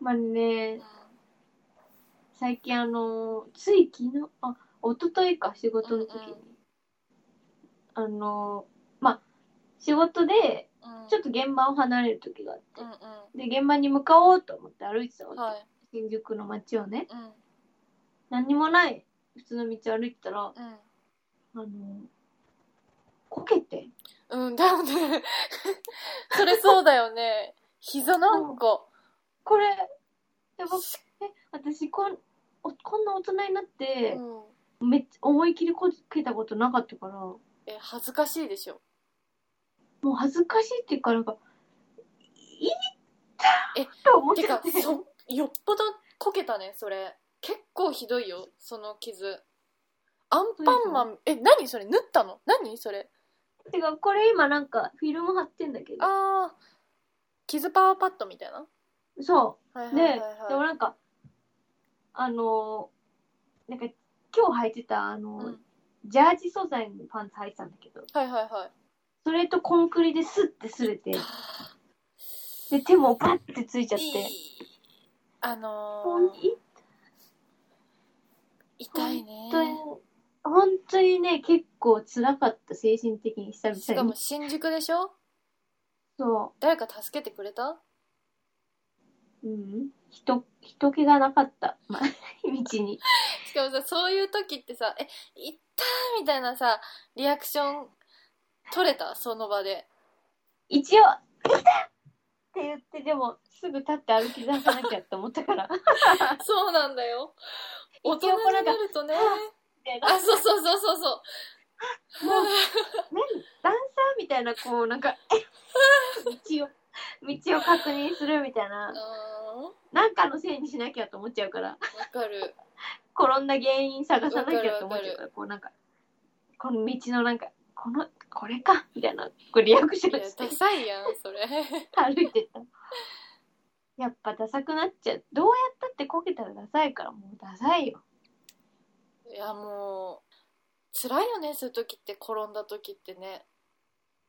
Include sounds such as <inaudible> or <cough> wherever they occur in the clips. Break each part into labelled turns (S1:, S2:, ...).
S1: まあね、最近あの、つい昨日、あ、一昨日か、仕事の時に。
S2: うんうん
S1: あの、まあ、仕事で、
S2: うん
S1: ちょっと現場を離れる時があって
S2: うん、う
S1: で、現場に向かおうと思って歩いてたわ
S2: ん
S1: け。
S2: はい
S1: 新宿の街をね、
S2: うん
S1: 何にもない普通の道歩いてたら、あの、こけて。
S2: うんうんだよねそれそうだよね膝なんか
S1: これ、やばくえ、私こん、おこんな大人になって、
S2: うん
S1: めっちゃ思い切りこけたことなかったから、も
S2: え恥ずかしいでしょ
S1: う恥ずかしいっていうか、なんか、いい
S2: え
S1: と思って
S2: て
S1: た
S2: か。そよっぽどこけたねそれ結構ひどいよその傷アンパンマンえ何それ縫ったの何それ
S1: <laughs> てか、これ今なんかフィルム貼ってんだけど、
S2: あー傷パワーパッドみたいな
S1: そ。
S2: はいうはい
S1: で、
S2: はい
S1: でも
S2: はい
S1: なんか、あのーなんか今日履いてた、あのー
S2: うん
S1: ジャージ素材のパンツ履いてたんだけど、
S2: はいはいはい
S1: それとコンクリでスッて擦れて、で、手もパッてついちゃっ
S2: い
S1: て、
S2: いあの
S1: ほん
S2: ー、
S1: い
S2: 痛いね
S1: 本当に、本当にね、結構辛かった、精神的に久
S2: しか
S1: 々
S2: も
S1: に。
S2: 新宿でしょ
S1: そ
S2: 誰か助けてくれた
S1: う。うん。人、人気がなかった。まあ、 <laughs> 道に。
S2: しかもさそういう時ってさ「え痛い!」みたいなさリアクション取れたその
S1: <laughs>
S2: 場で
S1: 一応、いたって言って、でも、すぐ立って歩き出さなきゃって思ったから。
S2: そうなんだよ大
S1: 一応こ
S2: 人
S1: れ
S2: に
S1: が
S2: なると
S1: <laughs>
S2: ね
S1: みたいな
S2: あそうそうそうそうそう
S1: もう、何ダンサーみたいな、こう、なんか、 <laughs> 道を、道を確認するみたいな、
S2: あー
S1: なんかのせいにしなきゃと思っちゃうから、
S2: わかる
S1: 転んだ原因探さなきゃと思っちゃうから、こうなんか、この道のなんか、この、これかみたいな、こうリアクシ
S2: いや
S1: ョンして
S2: ダサいやんそれ <laughs>
S1: 歩いてった。やっぱダサくなっちゃう。どうやったってこけたらダサいから、もうダサいよ。
S2: いやもう辛いよねそういう時って転んだ時ってね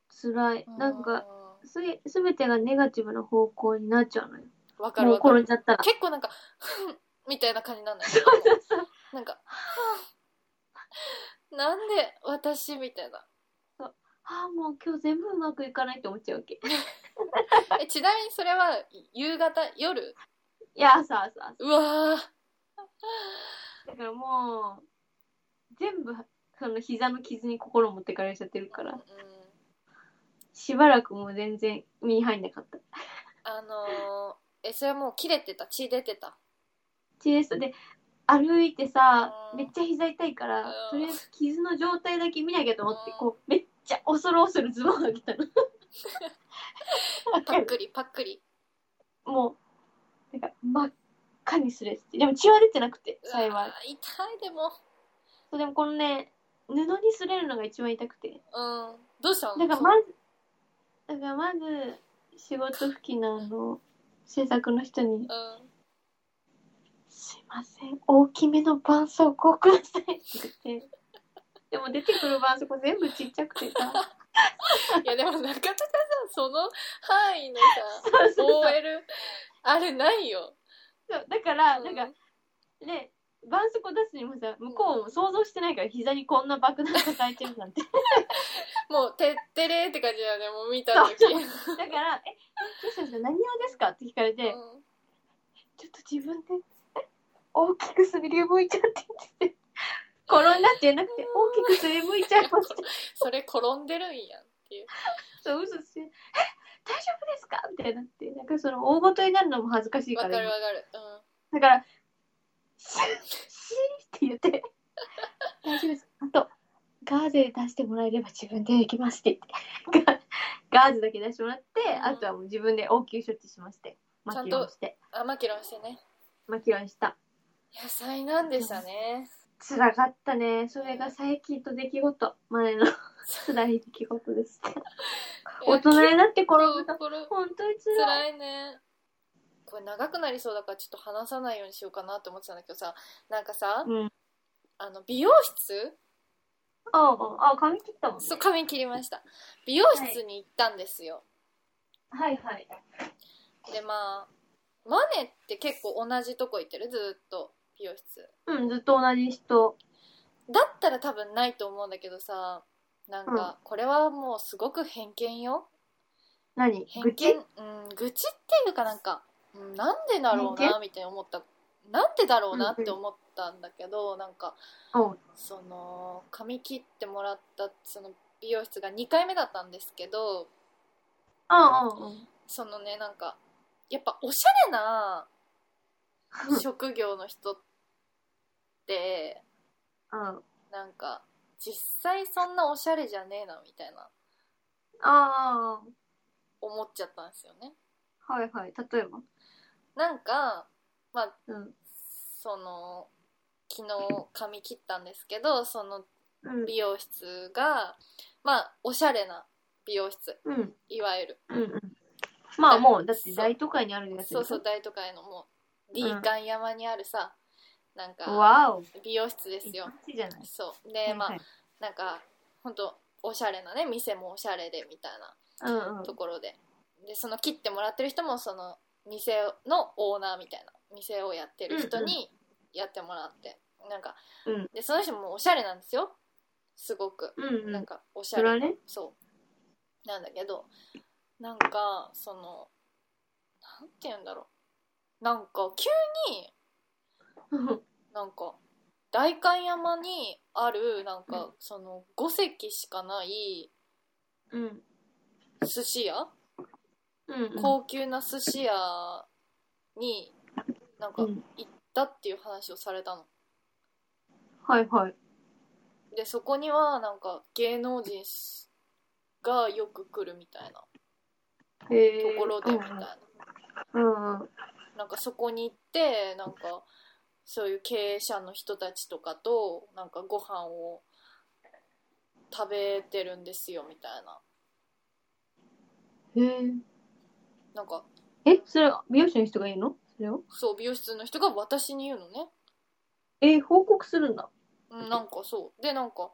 S1: 辛い。なんか、すげ、すべてがネガティブな方向になっちゃうのよ。
S2: うんわかる
S1: もう
S2: わか
S1: 転ん
S2: る
S1: じゃったら。
S2: 結構なんかふんみたいな感じなんだよ
S1: そうそうそう。
S2: なんかなんで私みたいな
S1: ああもう今日全部うまくいかないって思っちゃうわけ。い
S2: <laughs> えちなみにそれは夕方夜
S1: や朝朝朝
S2: うわー
S1: だからもう全部その膝の傷に心持ってかれちゃってるか
S2: う
S1: ら
S2: ん
S1: しばらくもう全然身に入んなかった。
S2: あのー、えそれはもう切れてた血出てた
S1: チェストで歩いてさ
S2: うん
S1: めっちゃ膝痛いから
S2: うん
S1: とりあえず傷の状態だけ見なきゃと思って
S2: うん
S1: こうめっちゃ恐る恐るズボンを上げたの。わ
S2: パ
S1: か
S2: ッ
S1: る <laughs>
S2: クリパックリ
S1: もうなんか真っ赤にすれててでも血は出てなくて
S2: うわー
S1: 幸い。
S2: 痛いでも
S1: そうでもこのね布に擦れるのが一番痛くて。
S2: うんどうした
S1: だ
S2: の
S1: からまず、だからまず、仕事付近のあの、制作の人に、
S2: うん
S1: すいません、大きめの絆創膏くださいって言って、でも出てくる絆創膏全部ちっちゃくてさ、
S2: いやでもなかなかさその範囲の
S1: <laughs>
S2: さ
S1: そうそうそう
S2: OL あれないよ、
S1: そうだから、
S2: うん
S1: なんか、ね、絆創膏出すにもさ、向こうも想像してないから膝にこんな爆弾抱えてるなんて。
S2: もう「てってれ」って感じだよねもう見た時
S1: そう
S2: う
S1: だから、え、どうしたんですか何用ですかって聞かれて、
S2: ん
S1: ちょっと自分で大きくすりむいちゃってってて転んだって言えなくて大きくすりむいちゃいました。
S2: それ転んでるんやんっていう
S1: そう嘘して「え大丈夫ですか?」みたいになってなんかその大ごとになるのも恥ずかしい
S2: わ
S1: か
S2: からる
S1: 今
S2: わかるうん
S1: だから「シーシー」って言って「大丈夫です」あとガーゼで出してもらえれば自分でできますって言ってガガーゼだけ出してもらって、
S2: ん
S1: あとはもう自分で応急処置しまして
S2: ちゃ
S1: マ
S2: ん
S1: キ
S2: と
S1: ロンして
S2: あマキロンしてね
S1: マキロンした
S2: 野菜なんでしたね
S1: 辛かったね。それが最近と出来事。前
S2: <laughs>
S1: の辛い出来事です。大人になって転ぶと、
S2: これ
S1: 本当に辛い。
S2: 辛いねこれ長くなりそうだからちょっと話さないようにしようかなって思ってたんだけどさなんかさ、
S1: うん
S2: あの美容室
S1: ああ、あ髪切ったもんね。
S2: そう髪切りました美容室に行ったんですよ、
S1: はいはい。
S2: でまあマネって結構同じとこ行ってるずーっと美容室
S1: うん、ずっと同じ人。
S2: だったら多分ないと思うんだけどさなんかこれはもうすごく偏見よ
S1: 何
S2: 偏
S1: 愚
S2: 見
S1: 痴
S2: うん愚痴っていうかなんかうんなんでだろう
S1: 偏
S2: なみたいに思ったなんでだろうなって思ったんだけどなんか
S1: うん。
S2: その髪切ってもらったその美容室が2回目だったんですけど
S1: あうんうん
S2: そのねなんかやっぱおしゃれ <laughs> な
S1: うん。
S2: 職業の人って
S1: うん。
S2: なんか実際そんなおしゃれじゃねえなみたいな
S1: あ
S2: 思っちゃったんですよね
S1: あ、はいはい。例えば。
S2: なんかまあ
S1: うん。
S2: その昨日髪切ったんですけどその
S1: うん。
S2: 美容室がまあおしゃれな美容室
S1: うん。
S2: いわゆる
S1: うんうん。まあもう、だって大都会にあるやつでし
S2: そ
S1: ょ
S2: うそう。大都会のもう D
S1: うん
S2: 館山にあるさなんか
S1: わお。
S2: 美容室ですよ
S1: 一発じゃない。
S2: そうでま
S1: は
S2: あ
S1: い
S2: なんかほんとおしゃれなね店もおしゃれでみたい
S1: はいうんう
S2: なんと。ころででその切ってもらってる人もその店のオーナーみたいな店をやってる人にやってもらってなんか
S1: うん
S2: でその人もおしゃれなんですよすごく
S1: うんう
S2: なん
S1: ん。
S2: かおしゃ
S1: そ
S2: れ
S1: れ
S2: な
S1: はね。
S2: そうなんだけどなんかそのなんて言うんだろうなんか急に
S1: うん
S2: なんか代官山にあるなんかその5席しかない
S1: うん。
S2: 寿司屋
S1: うん。
S2: 高級な寿司屋になんか
S1: う
S2: 行
S1: ん。
S2: ったっていう話をされたの。
S1: はいはい。
S2: でそこにはなんか芸能人がよく来るみたいな
S1: へえ。
S2: ところでみたいな。
S1: うんうん。
S2: なんかそこに行ってなんかそういう経営者の人たちとかとなんかご飯を食べてるんですよみたいな
S1: へえ。
S2: なんか
S1: え、それ、美容師の人が言うのそれを
S2: そう美容室の人が私に言うのね、
S1: えー、報告するんだ。
S2: うん、なんかそうでなんか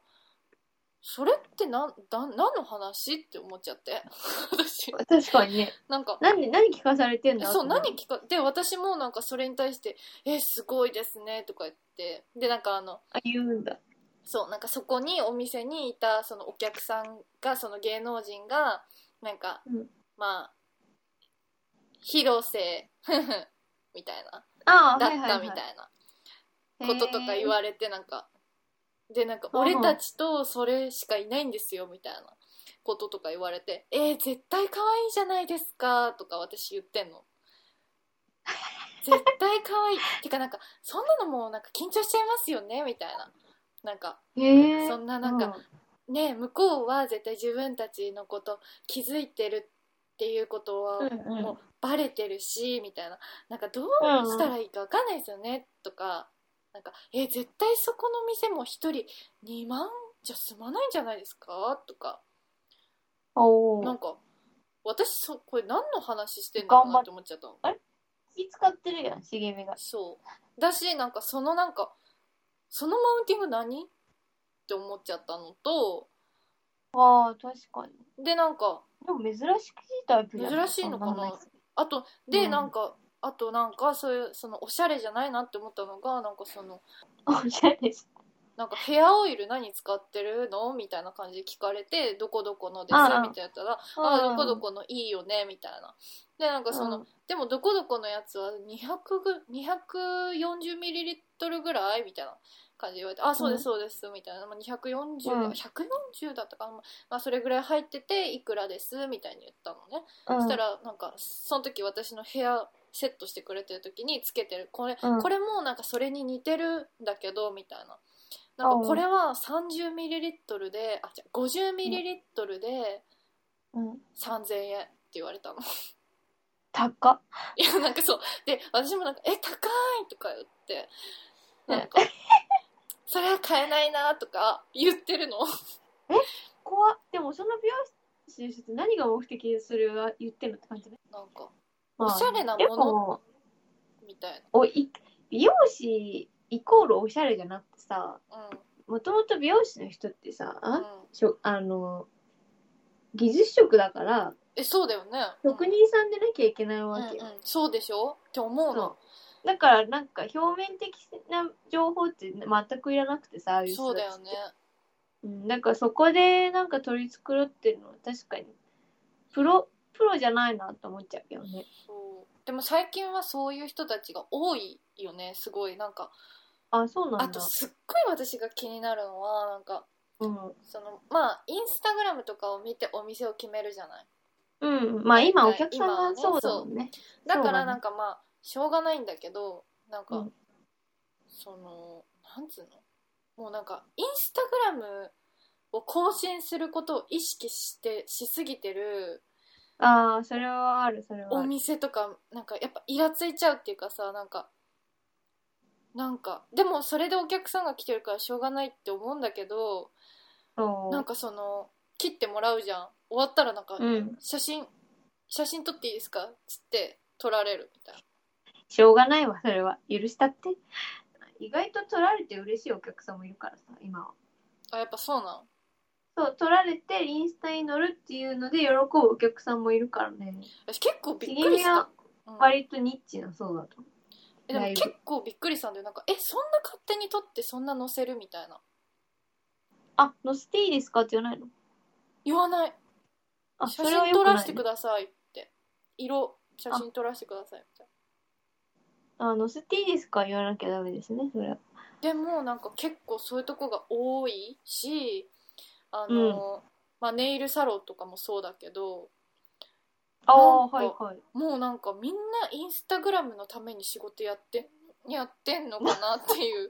S2: それってなんだ何の話って思っちゃって <laughs> 私
S1: 確かにね。
S2: なんか
S1: 何、何聞かされてんだ
S2: そう何聞かで私もなんかそれに対して「えすごいですね」とか言ってでなんかあの
S1: あ、言うんだ。
S2: そうなんかそこにお店にいたそのお客さんがその芸能人がなんか、
S1: うん
S2: まあ広瀬 <laughs> ふふみたいな
S1: あ
S2: だったみた
S1: い
S2: いなこととか言われてなんか、でなんか
S1: うんうん
S2: 俺たちとそれしかいないんですよみたいなこととか言われてえー、絶対可愛いじゃないですかとか私言ってんの絶対可愛いてかなんかそんなのもうなんか緊張しちゃいますよねみたいななんか
S1: れへえ。
S2: そんななんかねえ向こうは絶対自分たちのこと気づいてるっていうことは
S1: うん、うんうん
S2: もうバレてるしみたいななんかどうしたらいいか分かんないですよねとかなんかえ絶対そこの店も1人2万じゃ済まないんじゃないですかとか
S1: お
S2: なん
S1: お。
S2: か私そこれ何の話してんだろうなって思っちゃったの
S1: 気使ってるやん、茂みが。
S2: そうだしなんかそのなんかそのマウンティング何って思っちゃったのと
S1: ああ、確かに。
S2: でなんか
S1: でも珍しいタイプじゃ
S2: 珍しいのかなあとで、
S1: うん
S2: なんかあとなんかそういうそのおしゃれじゃないなって思ったのがなんかその
S1: おしゃれです。
S2: なんかヘアオイル何使ってるのみたいな感じで聞かれてどこどこのです
S1: ああ
S2: みたいなやったらあどこどこのいいよねみたいなでなんかその、
S1: うん
S2: でもどこどこのやつは200ぐ240ミリリットルぐらいみたいな感じで言われてあそうで
S1: う
S2: す
S1: ん
S2: そうですみたいな、まあ、240
S1: う
S2: か
S1: ん
S2: 140だったかな、まあまあ、それぐらい入ってていくらですみたいに言ったのね
S1: うん、
S2: そしたらなんかその時私のヘアセットしてくれてる時につけてるこれ,、
S1: うん
S2: これもなんかそれに似てるんだけどみたいなな
S1: う
S2: ん
S1: ん
S2: かこれは 30ml であじゃ 50ml で
S1: うん、
S2: 3000円って言われた
S1: <laughs>
S2: の
S1: 高っ。
S2: いやなんかそうで私もなんか「え高い!」とか言ってなんか「それは買えないな」とか言ってるの
S1: 怖っ。でも、その美容師の人って何が目的でそれは言ってるのって感じね。
S2: なんか
S1: まあ
S2: おしゃれなもの
S1: でも
S2: みたい
S1: おい美容師イコールおしゃれじゃなくてさ、
S2: なうん
S1: もともと美容師の人ってさ、
S2: う
S1: あ
S2: ん
S1: しょあの技術職だから
S2: えそうだよね
S1: 職人さんでなきゃいけないわけよ、
S2: うんうんうんそうでしょって思うの
S1: そうだからなんか表面的な情報って全くいらなくてさああいう人
S2: そうだ
S1: た
S2: よ
S1: ちっ
S2: ね
S1: てうん、なんかそこでなんか取り繕ってるのは確かにプロプロじゃないなと思っちゃうよね。
S2: そうでも最近はそういう人たちが多いよねすごいなんか
S1: あそうな
S2: あ
S1: んだ
S2: と。すっごい私が気になるのはなんか
S1: うん、
S2: そのまあインスタグラムとかを見てお店を決めるじゃない
S1: うん、まあ今
S2: なん
S1: お
S2: か
S1: 客さんが
S2: 今
S1: そ
S2: はね
S1: うだもんね。
S2: だか
S1: そうだ
S2: ら
S1: ね
S2: なんかまあしょうがないんだけどなんか、
S1: うん
S2: そのなんつうのもうなんかインスタグラムを更新することを意識してしすぎてる
S1: ああそれはあるそれは
S2: お
S1: ある。
S2: 店とかなんかやっぱイラついちゃうっていうかさなんかなんかでもそれでお客さんが来てるからしょうがないって思うんだけど
S1: そう
S2: なんかその切ってもらうじゃん終わったらなんか
S1: うん
S2: 写真、写真撮っていいですかっつって撮られるみたいな
S1: しょうがないわそれは許したって。意外と取られて嬉しいお客さんもいるからさ今は。
S2: あやっぱそうなの
S1: そう取られてインスタに乗るっていうので喜ぶお客さんもいるからね。
S2: 私結構びっく
S1: 次
S2: り
S1: に
S2: し
S1: は
S2: た、うん
S1: 割とニッチなそうだと思う。
S2: えでも
S1: だいぶ
S2: 結構びっくりしたんだよなんかえそんな勝手に撮ってそんな載せるみたいな
S1: あ乗せていいですかって言わないの
S2: 言わない
S1: あ
S2: 写
S1: それは
S2: 真
S1: よ
S2: 撮
S1: くない
S2: らせてくださいって色写真撮らせてくださいみたい
S1: あ、載せていいですか言わなきゃダメですね、それは。
S2: なでもなんか結構そういうとこが多いしあの、まあ、ネイルサロンとかもそうだけど
S1: あ
S2: あ
S1: あ、
S2: ー
S1: はい
S2: は
S1: はい。
S2: もうなんかみんなインスタグラムのために仕事やってんやってんのかなって
S1: <laughs>
S2: いう、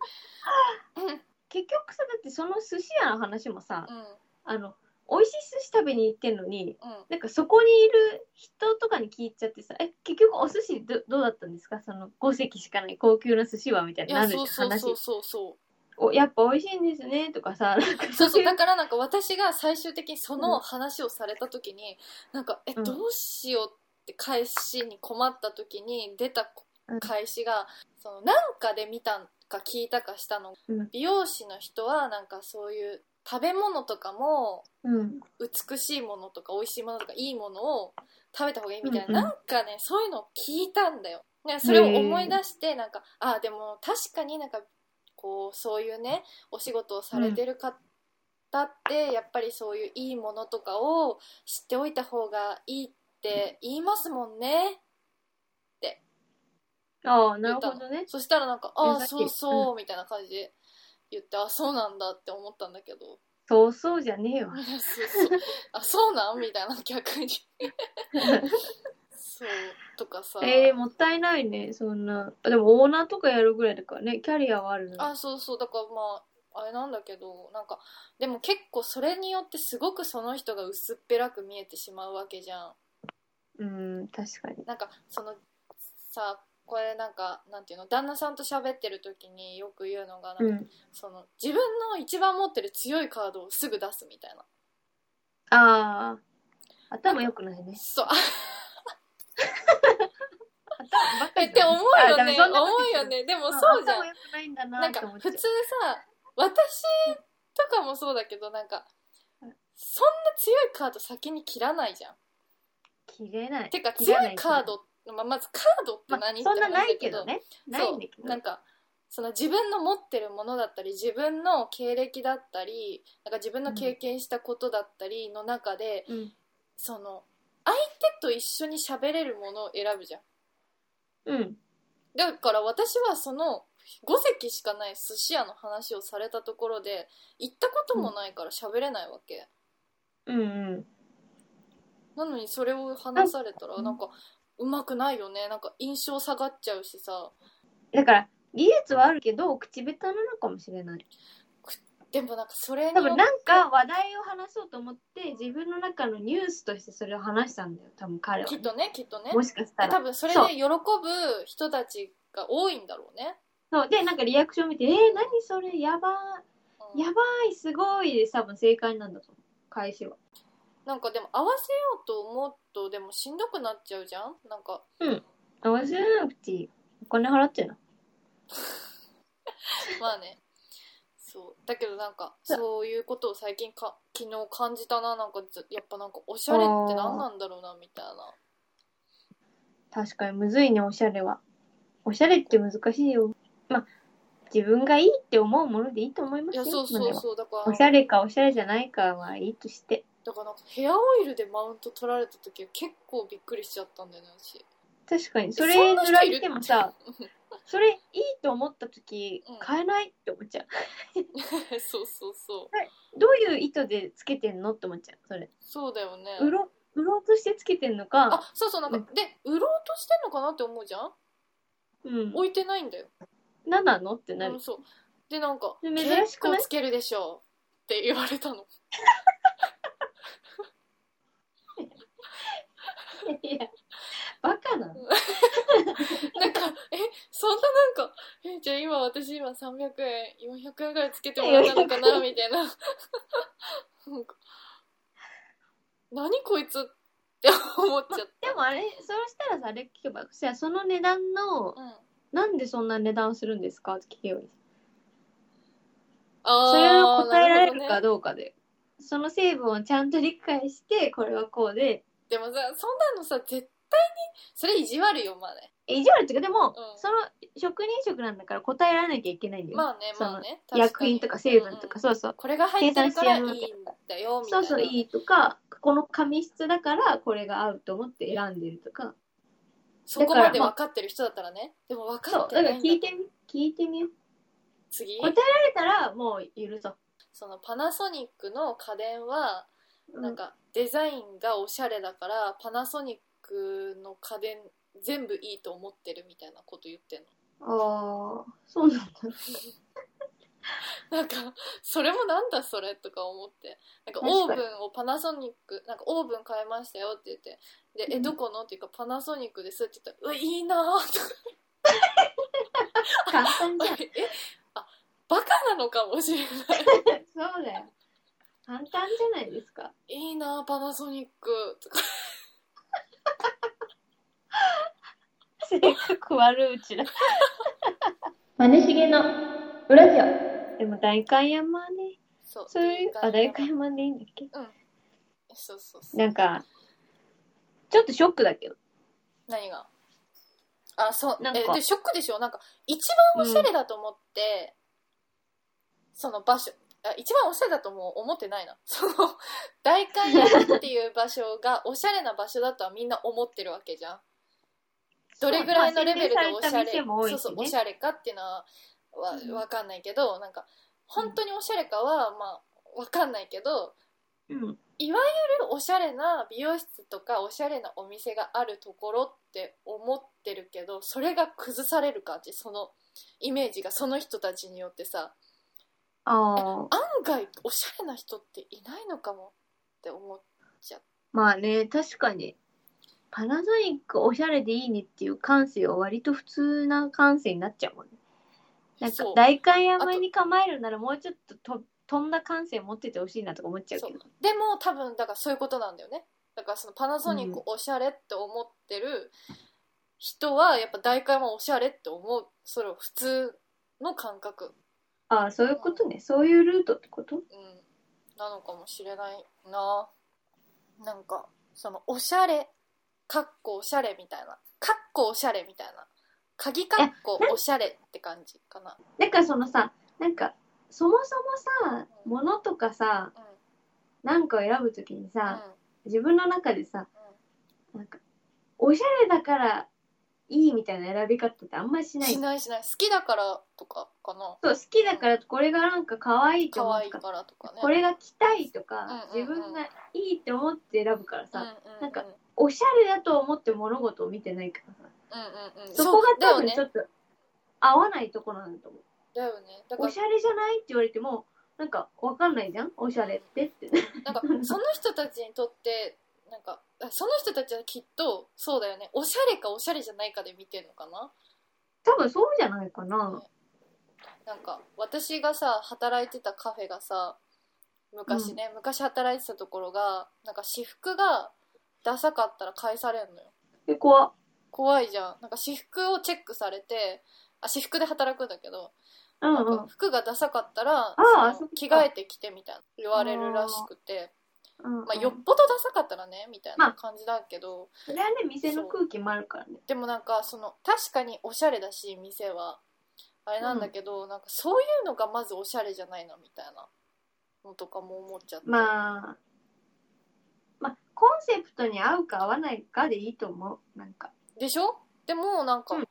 S1: 結局さ、だってその寿司屋の話もさ
S2: う、ん
S1: あの、美味しい寿司食べに行ってんのに、
S2: うん、
S1: なんかそこにいる人とかに聞いちゃってさ、え、結局お寿司どどうだったんですかその5席しかない高級な寿司はみたい
S2: い
S1: にな
S2: や
S1: るじゃん
S2: そうそう
S1: 話
S2: そうそうそう
S1: お。やっぱ美味しいんですね、とかさ、なんか
S2: そうそう
S1: い
S2: だからなんか私が最終的にその話をされた時に、なんかえ
S1: う
S2: ど
S1: ん
S2: うしようって返しに困った時に出た
S1: うん
S2: 返しが、そのなんかで見たか聞いたかしたの、
S1: うん
S2: 美容師の人はなんかそういう食べ物とかも
S1: うん。
S2: 美しいものとか美味しいものとかいいものを食べた方がいいみたいな、
S1: うんうん
S2: なんかねそういうのを聞いたんだよ、ね、それを思い出してなんかあでも確かになんかこうそういうねお仕事をされてる方ってやっぱりそういういいものとかを知っておいた方がいいって言いますもんね
S1: ああ、なるほどね。
S2: そしたらなんかあ
S1: 優しい
S2: そうそうみたいな感じで言ってあそうなんだって思ったんだけど <laughs>
S1: そうそうじゃねえわ
S2: そう。そうあそうなんみたいな逆にそうとかさ、
S1: えー、もったいないね、そんな。でもオーナーとかやるぐらいだからね、キャリアはあるのに。
S2: あそうそうだからまああれなんだけどなんかでも結構それによってすごくその人が薄っぺらく見えてしまうわけじゃん
S1: うん、確かに。
S2: なんかそのさこれなんかなんていうの旦那さんと喋ってる時によく言うのがなんか、
S1: うん。
S2: その自分の一番持ってる強いカードをすぐ出すみたいな
S1: ああ、頭良くないね。
S2: そう
S1: 頭ばっ
S2: え
S1: り
S2: <laughs> って
S1: だ
S2: 思
S1: ね
S2: う
S1: あ
S2: よ
S1: ダメ
S2: ね
S1: そんな
S2: 思
S1: こ
S2: う
S1: と言って
S2: よねでも
S1: た
S2: そうじゃん
S1: 頭良くないんだな
S2: なん
S1: っ
S2: か
S1: て思っちゃ
S2: 普
S1: う
S2: 通さ私とかもそうだけどなんかそんな強いカード先に切らないじゃん
S1: 切れない。
S2: てか
S1: 切れ
S2: 強
S1: ない
S2: いカード、まあ、まずカードって
S1: まあ
S2: 何、って
S1: そんな
S2: 話だ
S1: ないけどね。ない
S2: そ
S1: んだけ
S2: う
S1: ど。
S2: なんかその自分の持ってるものだったり自分の経歴だったりなんか自分の経験したことだったりの中で、
S1: うん。
S2: その相手と一緒に喋れるものを選ぶじゃん
S1: うん。
S2: だから私はその5席しかない寿司屋の話をされたところで行ったこともないから喋れないわけ、
S1: うんうん。
S2: なのにそれを話されたら
S1: うん
S2: なんかうまくないよねなんか印象下がっちゃうしさ
S1: だから、技術はあるけど、口下手なのかもしれない。
S2: でもなんかそれに
S1: 多
S2: よ
S1: 分なんか話題を話そうと思って、自分の中のニュースとしてそれを話したんだよ。多分彼は
S2: き
S1: ね、
S2: っとねきっとね
S1: もしかしたら
S2: 多。分それで喜ぶ人たちが多いんだろうね、
S1: そうでなんかリアクション見て「えー、何それやば
S2: う
S1: ー
S2: ん
S1: やばいすごい」で多分正解なんだと思う返しは
S2: なんかでも合わせようと思うとでもしんどくなっちゃうじゃんなんか
S1: 合わせなくていいお金払ってな
S2: まあねそうだけどなんかそういうことを最近か昨日感じたななんかずやっぱなんかおしゃれって何なんだろうなみたいな
S1: 確かにむずいねおしゃれはおしゃれって難しいよまあ自分がいいって思うものでいいと思いま
S2: い
S1: すよ
S2: やそう
S1: まあ
S2: そ
S1: で
S2: う
S1: も
S2: そうだか
S1: お
S2: ら
S1: しゃれかおしゃれじゃないかはいいとして
S2: だからなんかヘアオイルでマウント取られた時は結構びっくりしちゃったんだよね私
S1: 確かにそ
S2: そ
S1: れ
S2: んな人
S1: 塗
S2: いる
S1: られてもさ
S2: うん
S1: それいいと思った時
S2: うん
S1: 買えないって思っちゃう、
S2: <laughs> そうそうそう
S1: どういう意図でつけてんのって思っちゃうそれ
S2: そうだよね
S1: 売ろう売ろうとしてつけてんのか、
S2: あそうそうなんか、
S1: うん
S2: で売ろうとしてんのかなって思うじゃん
S1: うん、
S2: 置いてないんだよ、
S1: 何なのってな
S2: う
S1: る
S2: ん、そうでなんか「
S1: 珍
S2: 結
S1: しくない
S2: 構つけるでしょ」って言われたの
S1: <laughs>
S2: <laughs>
S1: いやバカなの
S2: なんかえそんななんかえじゃあ今私今300円400円ぐらいつけてもらったのかなみたいな <laughs> なんか何こいつって思っちゃっ
S1: でもあれそうしたらさあれ聞けばそしたらその値段の
S2: た、うん、あ
S1: なんでそんな値段するんですかって聞けように
S2: あ
S1: それを答えられ
S2: な
S1: る
S2: ほど
S1: か
S2: ね、
S1: どうかで、その成分をちゃんと理解してこれはこうで
S2: でもさそんなのさ絶対にそれ意地悪よまあね
S1: え意地悪っていうかでも、
S2: うん
S1: その職人職なんだから答えられなきゃいけないんだよ、
S2: まあね
S1: その
S2: まあね
S1: 薬品とか成分とか、
S2: そう
S1: そうそう
S2: これが入ってるからいいんだよ
S1: そ
S2: みたいな
S1: うそういいとかこの紙質だからこれが合うと思って選んでるとか
S2: そこまで分かってる人だったらねでも分
S1: そ
S2: かっ
S1: う
S2: て
S1: だか
S2: な
S1: ら
S2: いん
S1: 聞い
S2: だ
S1: てみ聞いてみよう
S2: 次
S1: 答えられたらもう許そう
S2: そのパナソニックの家電は
S1: うん
S2: なんかデザインがおしゃれだからパナソニックの家電全部いいと思ってるみたいなこと言ってん
S1: ああそうなんだ
S2: のなんかそれもなんだそれとか思ってなんか
S1: 確
S2: オー
S1: かに
S2: ブンをパナソニックなんかオーブン買いましたよって言ってで「え
S1: うん
S2: どこの?」っていうか「パナソニックです」って言ったら「うわいいな」とか
S1: 簡単 <laughs> じゃん
S2: えあバカなのかもしれない
S1: そうだよ簡単じゃないですか
S2: いいなパナソニックとか
S1: 性格悪うちら。マネしげの裏ジオ。でも代官山ね。
S2: そう
S1: そういう、あ、代官山でいいんだっけ
S2: そうそうそう
S1: なんか、ちょっとショックだけど。
S2: 何があそう
S1: なんか
S2: えでショックでしょなんか一番おしゃれだと思って、その場所あ一番おしゃれだとも思ってないな <laughs> その代官山っていう場所がおしゃれな場所だとはみんな思ってるわけじゃんどれぐらいのレベルでおしゃ
S1: まあ宣伝された
S2: れ、
S1: 店も多いし
S2: そ
S1: ね
S2: うそうおしゃれかっていうのはわ
S1: うん
S2: わかんないけどなんか本当におしゃれかはまあわかんないけど
S1: うん。
S2: おしゃれな美容室とかおしゃれなお店があるところって思ってるけどそれが崩される感じそのイメージがその人たちによってさ
S1: ああ。
S2: 案外おしゃれな人っていないのかもって思う
S1: まあね、確かに。パナソニックおしゃれでいいねっていう感性は割と普通な感性になっちゃうもんね。なんか
S2: そう
S1: 代官山に構えるならもうちょっとと飛んだ感性持っててほしいなとか思っちゃうけど。
S2: でも多分だからそういうことなんだよねだからそのパナソニックおしゃれって思ってる人はやっぱ大会もおしゃれって思うそれを普通の感覚、
S1: ああ、そういうことね。そういうルートってこと
S2: うん、なのかもしれないななんかそのおしゃれかっこおしゃれみたいなかっこおしゃれみたいな鍵かっこおしゃれって感じかな
S1: なんかそのさなんかそもそもさ
S2: うん
S1: 物とかさ
S2: うん
S1: なんかを選ぶときに
S2: うん
S1: さ、自分の中でさなんかおしゃれだからいいみたいな選び方ってあんまりし
S2: うん、
S1: ない
S2: しないしない好きだからとかかな
S1: そう好きだからこれがなんか可愛いと
S2: 可
S1: 思う
S2: 愛
S1: と
S2: い
S1: か
S2: からとかね
S1: これが着たいとか、
S2: うんうんうん
S1: 自分がいいって思って選ぶから
S2: うんう
S1: さ、
S2: う
S1: なんかおしゃれだと思って物事を見てないからさ
S2: うんうんうん
S1: そこが
S2: うだよ
S1: 多分
S2: ね
S1: ちょっと合わないところなんだと思う
S2: だよねだか
S1: お
S2: ら
S1: しゃれじゃないって言われてもなんかわかんないじゃんおしゃれってって
S2: なんかその人たちにとってなんかあその人たちはきっとそうだよねおしゃれかおしゃれじゃないかで見てるのかな
S1: 多分そうじゃないかな。
S2: なんか私がさ働いてたカフェがさ昔ね、昔働いてたところがなんか私服がダサかったら返されんのよ
S1: え、怖っ
S2: 怖いじゃんなんか私服をチェックされてあ私服で働くんだけど
S1: うん
S2: なん
S1: う
S2: か
S1: ん
S2: 服がダサかった
S1: あ
S2: ら
S1: ー
S2: その
S1: そっか
S2: 着替えてきてみたいな言われるらしくて
S1: うんうん。
S2: まあ、よっぽどダサかったらねみたい
S1: ま
S2: な
S1: あ
S2: 感じだけど、
S1: それはね店の空気もあるからね。
S2: でもなんかその確かにおしゃれだし店はあれなんだけど、なんかそういうのがまずおしゃれじゃないなみたいなのとかも思っちゃって、
S1: まあ、まあ、コンセプトに合うか合わないかでいいと思う。なんか。
S2: でしょでもなんか、
S1: うん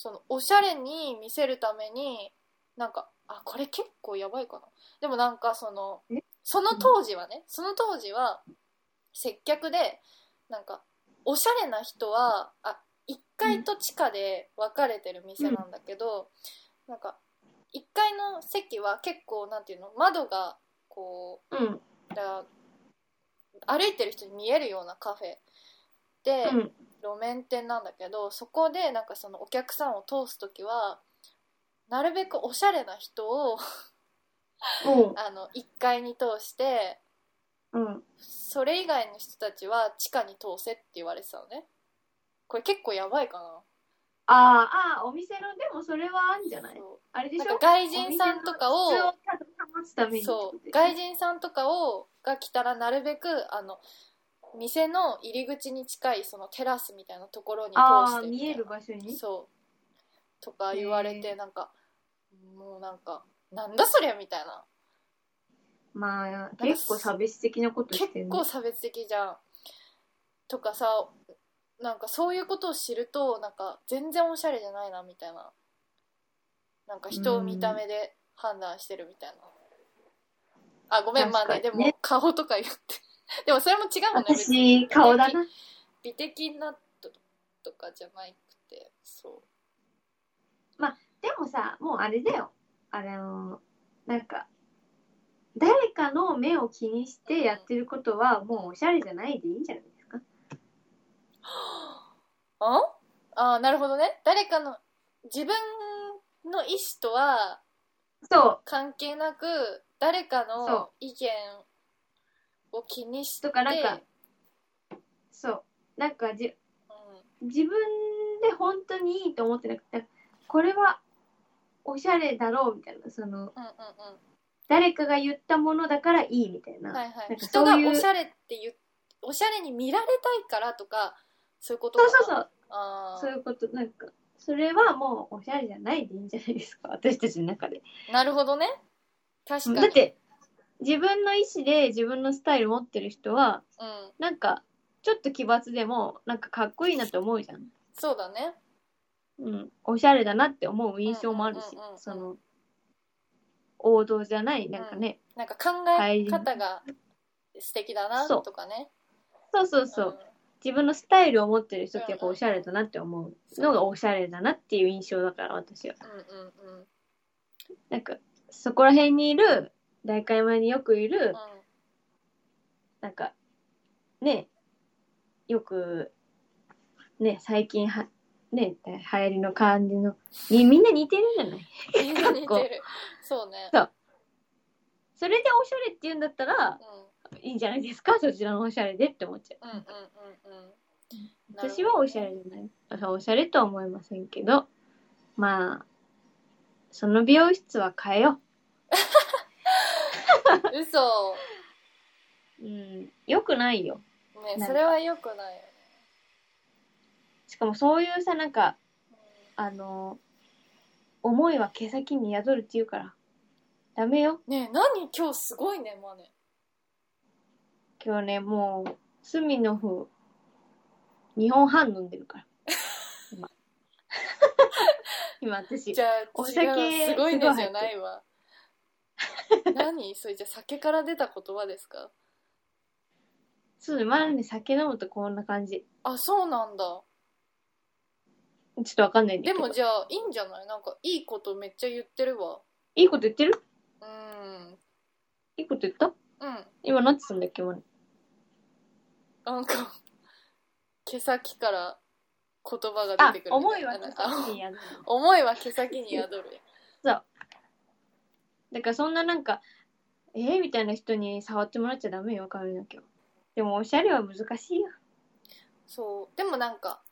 S2: そのおしゃれに見せるためになんかあこれ結構やばいかなでもなんかその
S1: え
S2: その当時はねその当時は接客でなんかおしゃれな人はあ1階と地下で分かれてる店なんだけど、なんか1階の席は結構なんていうの窓がこう
S1: うん。
S2: だ歩いてる人に見えるようなカフェで、
S1: うん
S2: 路面店なんだけどそこでなんかそのお客さんを通す時はなるべくおしゃれな人を <laughs>
S1: うん。
S2: あの1階に通して
S1: うん。
S2: それ以外の人たちは地下に通せって言われてたのねこれ結構やばいかな
S1: あーあー、お店の、でもそれはあるんじゃない
S2: そう
S1: あれでし
S2: なん
S1: ょ
S2: か外人さんとか
S1: お
S2: を
S1: 店の質をちゃんと保つために。
S2: そう外人さんとかをが来たらなるべくあの店の入り口に近いそのテラスみたいなところに通
S1: あ
S2: し
S1: あ、
S2: てみた
S1: 見
S2: い
S1: え
S2: な
S1: る場所に。
S2: そうとか言われ
S1: へ
S2: て
S1: ー
S2: なんかもうなんかなんだそりゃみたいな
S1: まあ、結構差別的なことして
S2: 結
S1: るね
S2: 構差別的じゃんとかさなんかそういうことを知るとなんか全然おしゃれじゃないなみたいななんか人を見た目で判断してるみたいなあごめんまあねで
S1: 確かにね
S2: も顔とか言って <laughs> でもそれも違うもんね別に
S1: 私、顔だな。
S2: 美的なととかじゃなくてそ
S1: でもさ、もうあれだよ。あの、なんか、誰かの目を気にしてやってることは、もうおしゃれじゃないでいいんじゃないですか。
S2: うああーなるほどね誰かの自分の意思とは
S1: そ
S2: 関係なく誰かの
S1: そ
S2: 意見を気にして
S1: とかなんかう、そう。なんかじ、
S2: う
S1: 自分で本当にいいと思ってなくて、これはおしゃれだろうみたいな、その、
S2: ん、うんうん
S1: 誰かが言ったものだからいいみたい
S2: うん
S1: な。
S2: はいは
S1: ないんかそ
S2: 人
S1: ういう
S2: がおしゃれって言うおしゃれに見られたいからとかそういうことか
S1: そうそう
S2: な
S1: そう。
S2: あ
S1: そういうこと、なんか、それはもうおしゃれじゃないでいいんじゃないですか、私たちの中で。
S2: ーなるほどね確かに
S1: だって、自分の意思で自分のスタイル持ってる人は、
S2: うん、
S1: なんか、ちょっと奇抜でも、なんかかっこいいなって思うじゃん。
S2: そうだね
S1: うん。おしゃれだなって思う印象もあるし
S2: うんうんうんう、ん
S1: その、王道じゃない、なんかね。
S2: なんか考え方が素敵だな
S1: そう
S2: とかね
S1: そうそうそう。自分のスタイルを持ってる人ってやっぱおしゃれだなって思うのがおしゃれだなっていう印象だから、私は。
S2: うんうんうんうん
S1: なんか、そこら辺にいる、大会前によくいる、なんかねよくね最近はね流行りの感じのにみんな似てるんじゃない
S2: うん似てるそうね
S1: それでおしゃれって言うんだったら
S2: う
S1: いいんじゃないですかそちらのおしゃれでって思っちゃうん
S2: うんうんうんうんなるほどね
S1: 私はおしゃれじゃないあおしゃれとは思いませんけどまあその美容室は変えよ
S2: 嘘
S1: う、うん、よくないよなん
S2: ね
S1: か
S2: それは良くないよ
S1: しかもそういうさなんか
S2: ね
S1: あの思いは毛先に宿るって言うからダメよ
S2: ねえ何今日すごいねマネ
S1: 今日ねもうスミノフ2本半飲んでるから
S2: <laughs>
S1: 今今私
S2: じゃあ
S1: お
S2: 違
S1: 酒
S2: うすご
S1: すごい入
S2: いね
S1: ってる
S2: じゃないわ何 <laughs> それじゃあ酒から出た言葉ですか
S1: そうまだね酒飲むとこんな感じ
S2: あそうなんだ
S1: ちょっとわかんないんだ
S2: で
S1: けど
S2: もじゃあいいんじゃないなんかいいことめっちゃ言ってるわ
S1: いいこと言ってる
S2: うん
S1: いいこと言った
S2: うん
S1: 今なってたんだっけ今
S2: なんか毛先から言葉が
S1: あ
S2: 出てくるみ
S1: 思
S2: た
S1: い
S2: な
S1: は毛先に宿る
S2: あ思いは毛先に宿る
S1: だからそんななんかえー、みたいな人に触ってもらっちゃダメよ髪の毛をでもおしゃれは難しいよ
S2: そうでもなんか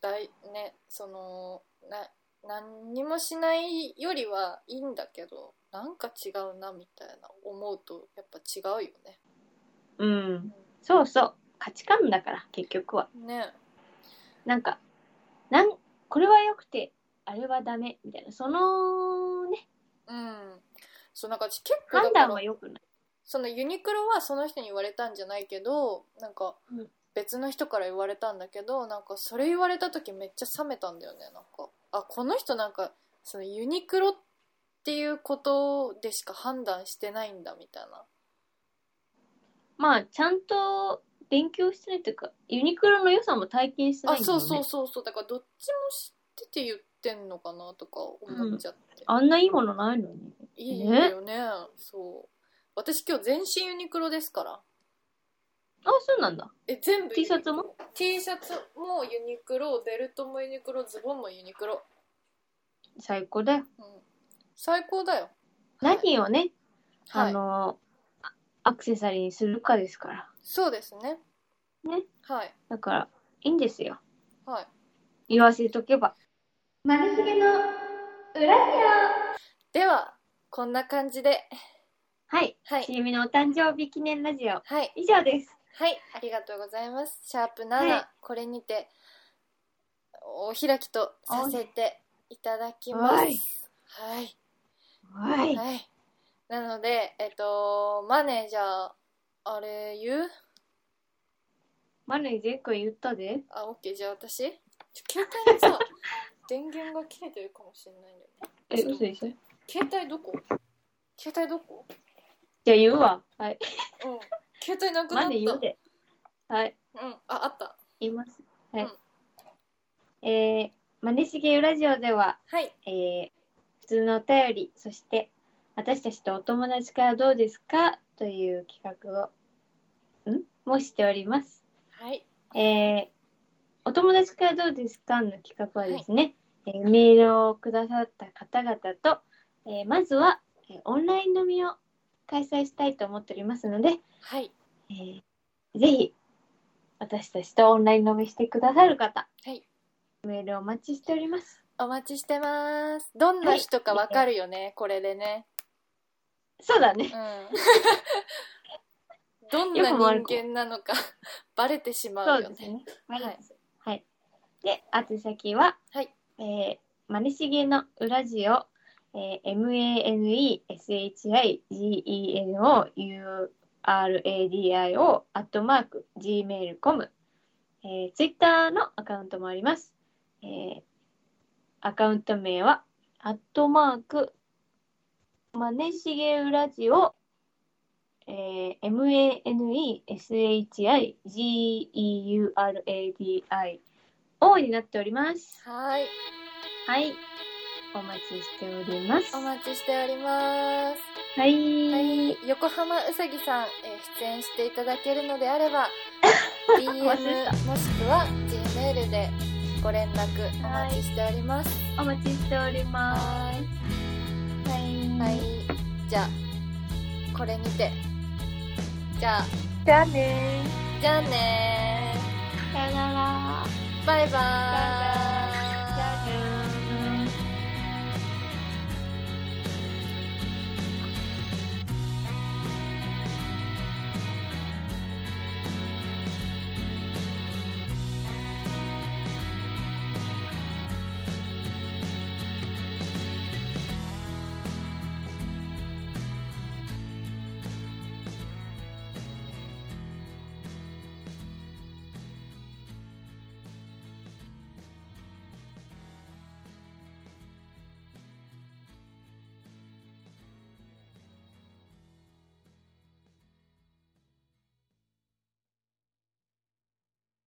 S2: だいねそのな何にもしないよりはいいんだけどなんか違うなみたいな思うとやっぱ違うよね
S1: うん。そうそう。価値観だから、結局は。
S2: ね
S1: なんか、なん、これは良くて、あれはダメ、みたいな。その、ね、
S2: うんそうなんか私結構だ
S1: 判
S2: か
S1: 断
S2: ら
S1: は良くない。
S2: そのユニクロはその人に言われたんじゃないけどなんか
S1: うん
S2: 別の人から言われたんだけどなんかそれ言われた時めっちゃ冷めたんだよねなんかあこの人なんかそのユニクロっていうことでしか判断してないんだみたいな
S1: まあ、ちゃんと勉強してないというか、ユニクロの良さも体験してない
S2: あ
S1: んだ
S2: そ
S1: よ
S2: う
S1: ね。
S2: そうそうそうだからどっちも知ってて言ってんのかなとか思っちゃって、
S1: あんないいものないのに。
S2: いいよねそう私今日全身ユニクロですから
S1: あ、そうなんだ。
S2: え全部
S1: T シャツも
S2: T シャツもユニクロベルトもユニクロズボンもユニクロ、
S1: 最高だよ。
S2: うん、最高だよ
S1: 何をね、
S2: はい
S1: あの、アアクセサリーにするかですから。
S2: そうですね
S1: ね
S2: はい
S1: だから、いいんですよ。
S2: はい
S1: 言わせとけば。マルヒゲの裏
S2: ではこんな感じで
S1: はい。
S2: はい
S1: ちえみのお誕生日記念ラジオ、
S2: はい
S1: 以上です。
S2: はいありがとうございますシャープ7、
S1: はい
S2: これにてお開きとさせていただきます
S1: はい
S2: はい
S1: はい。
S2: はい。なので、えっと、マネージャー、あれ言う
S1: マネー前回言ったで。
S2: あ、オッケー、じゃあ私ちょ携帯の
S1: <laughs>
S2: さ、電源が切れてるかもしれないんだよね。
S1: え、嘘でしょ
S2: 携帯どこ携帯どこ
S1: じゃあ言うわ。はい。
S2: うん。携帯なくなっ
S1: マ
S2: た。
S1: ネー言うで。はい。
S2: うん。あ、あった。
S1: 言います。はい。
S2: うん
S1: えー、マネしげラジオでは、
S2: はい。
S1: えー、普通のお便り、そして、私たちとお友達からどうですかという企画を、んもしております。
S2: はい。
S1: えーお友達からどうですかの企画はですね、えーメールをくださった方々と、えーまずは、えーオンライン飲みを開催したいと思っておりますので、
S2: はい。
S1: えーぜひ私たちとオンライン飲みしてくださる方、
S2: はい。
S1: メールをお待ちしております。
S2: お待ちしてます。どんな人かわかるよね、これでね。
S1: そうだ
S2: う
S1: ね。
S2: ん。どんな
S1: よくもあるか
S2: 人間なのか、 <laughs> バレてしま
S1: そうう
S2: よ
S1: です
S2: ね。
S1: ね。はい
S2: はい。
S1: はい、で、宛先は、
S2: はい。
S1: えー、マネシゲの裏ジオ、えー、maneshigeeno.uradio アットマーク gmail.com、えー、ツイッターのアカウントもあります。えー、アカウント名は、アットマーク、マネシゲ裏ジオ、えー、maneshigeuradio になっております。
S2: はい。
S1: はい。お待ちしております。
S2: お
S1: は
S2: 待ちしております。
S1: い。
S2: はい、横浜うさぎさん、えー出演していただけるのであれ
S1: <laughs>
S2: ば、DM
S1: れた
S2: もしくは Gmail でご連絡お待ちしております。
S1: お待ちしておりま
S2: はー
S1: す。はい
S2: い。はい。じゃあ、これにて。じゃあ、
S1: じゃあね
S2: じゃあね
S1: さよなら。
S2: ー。バイバーイ。
S1: バイバ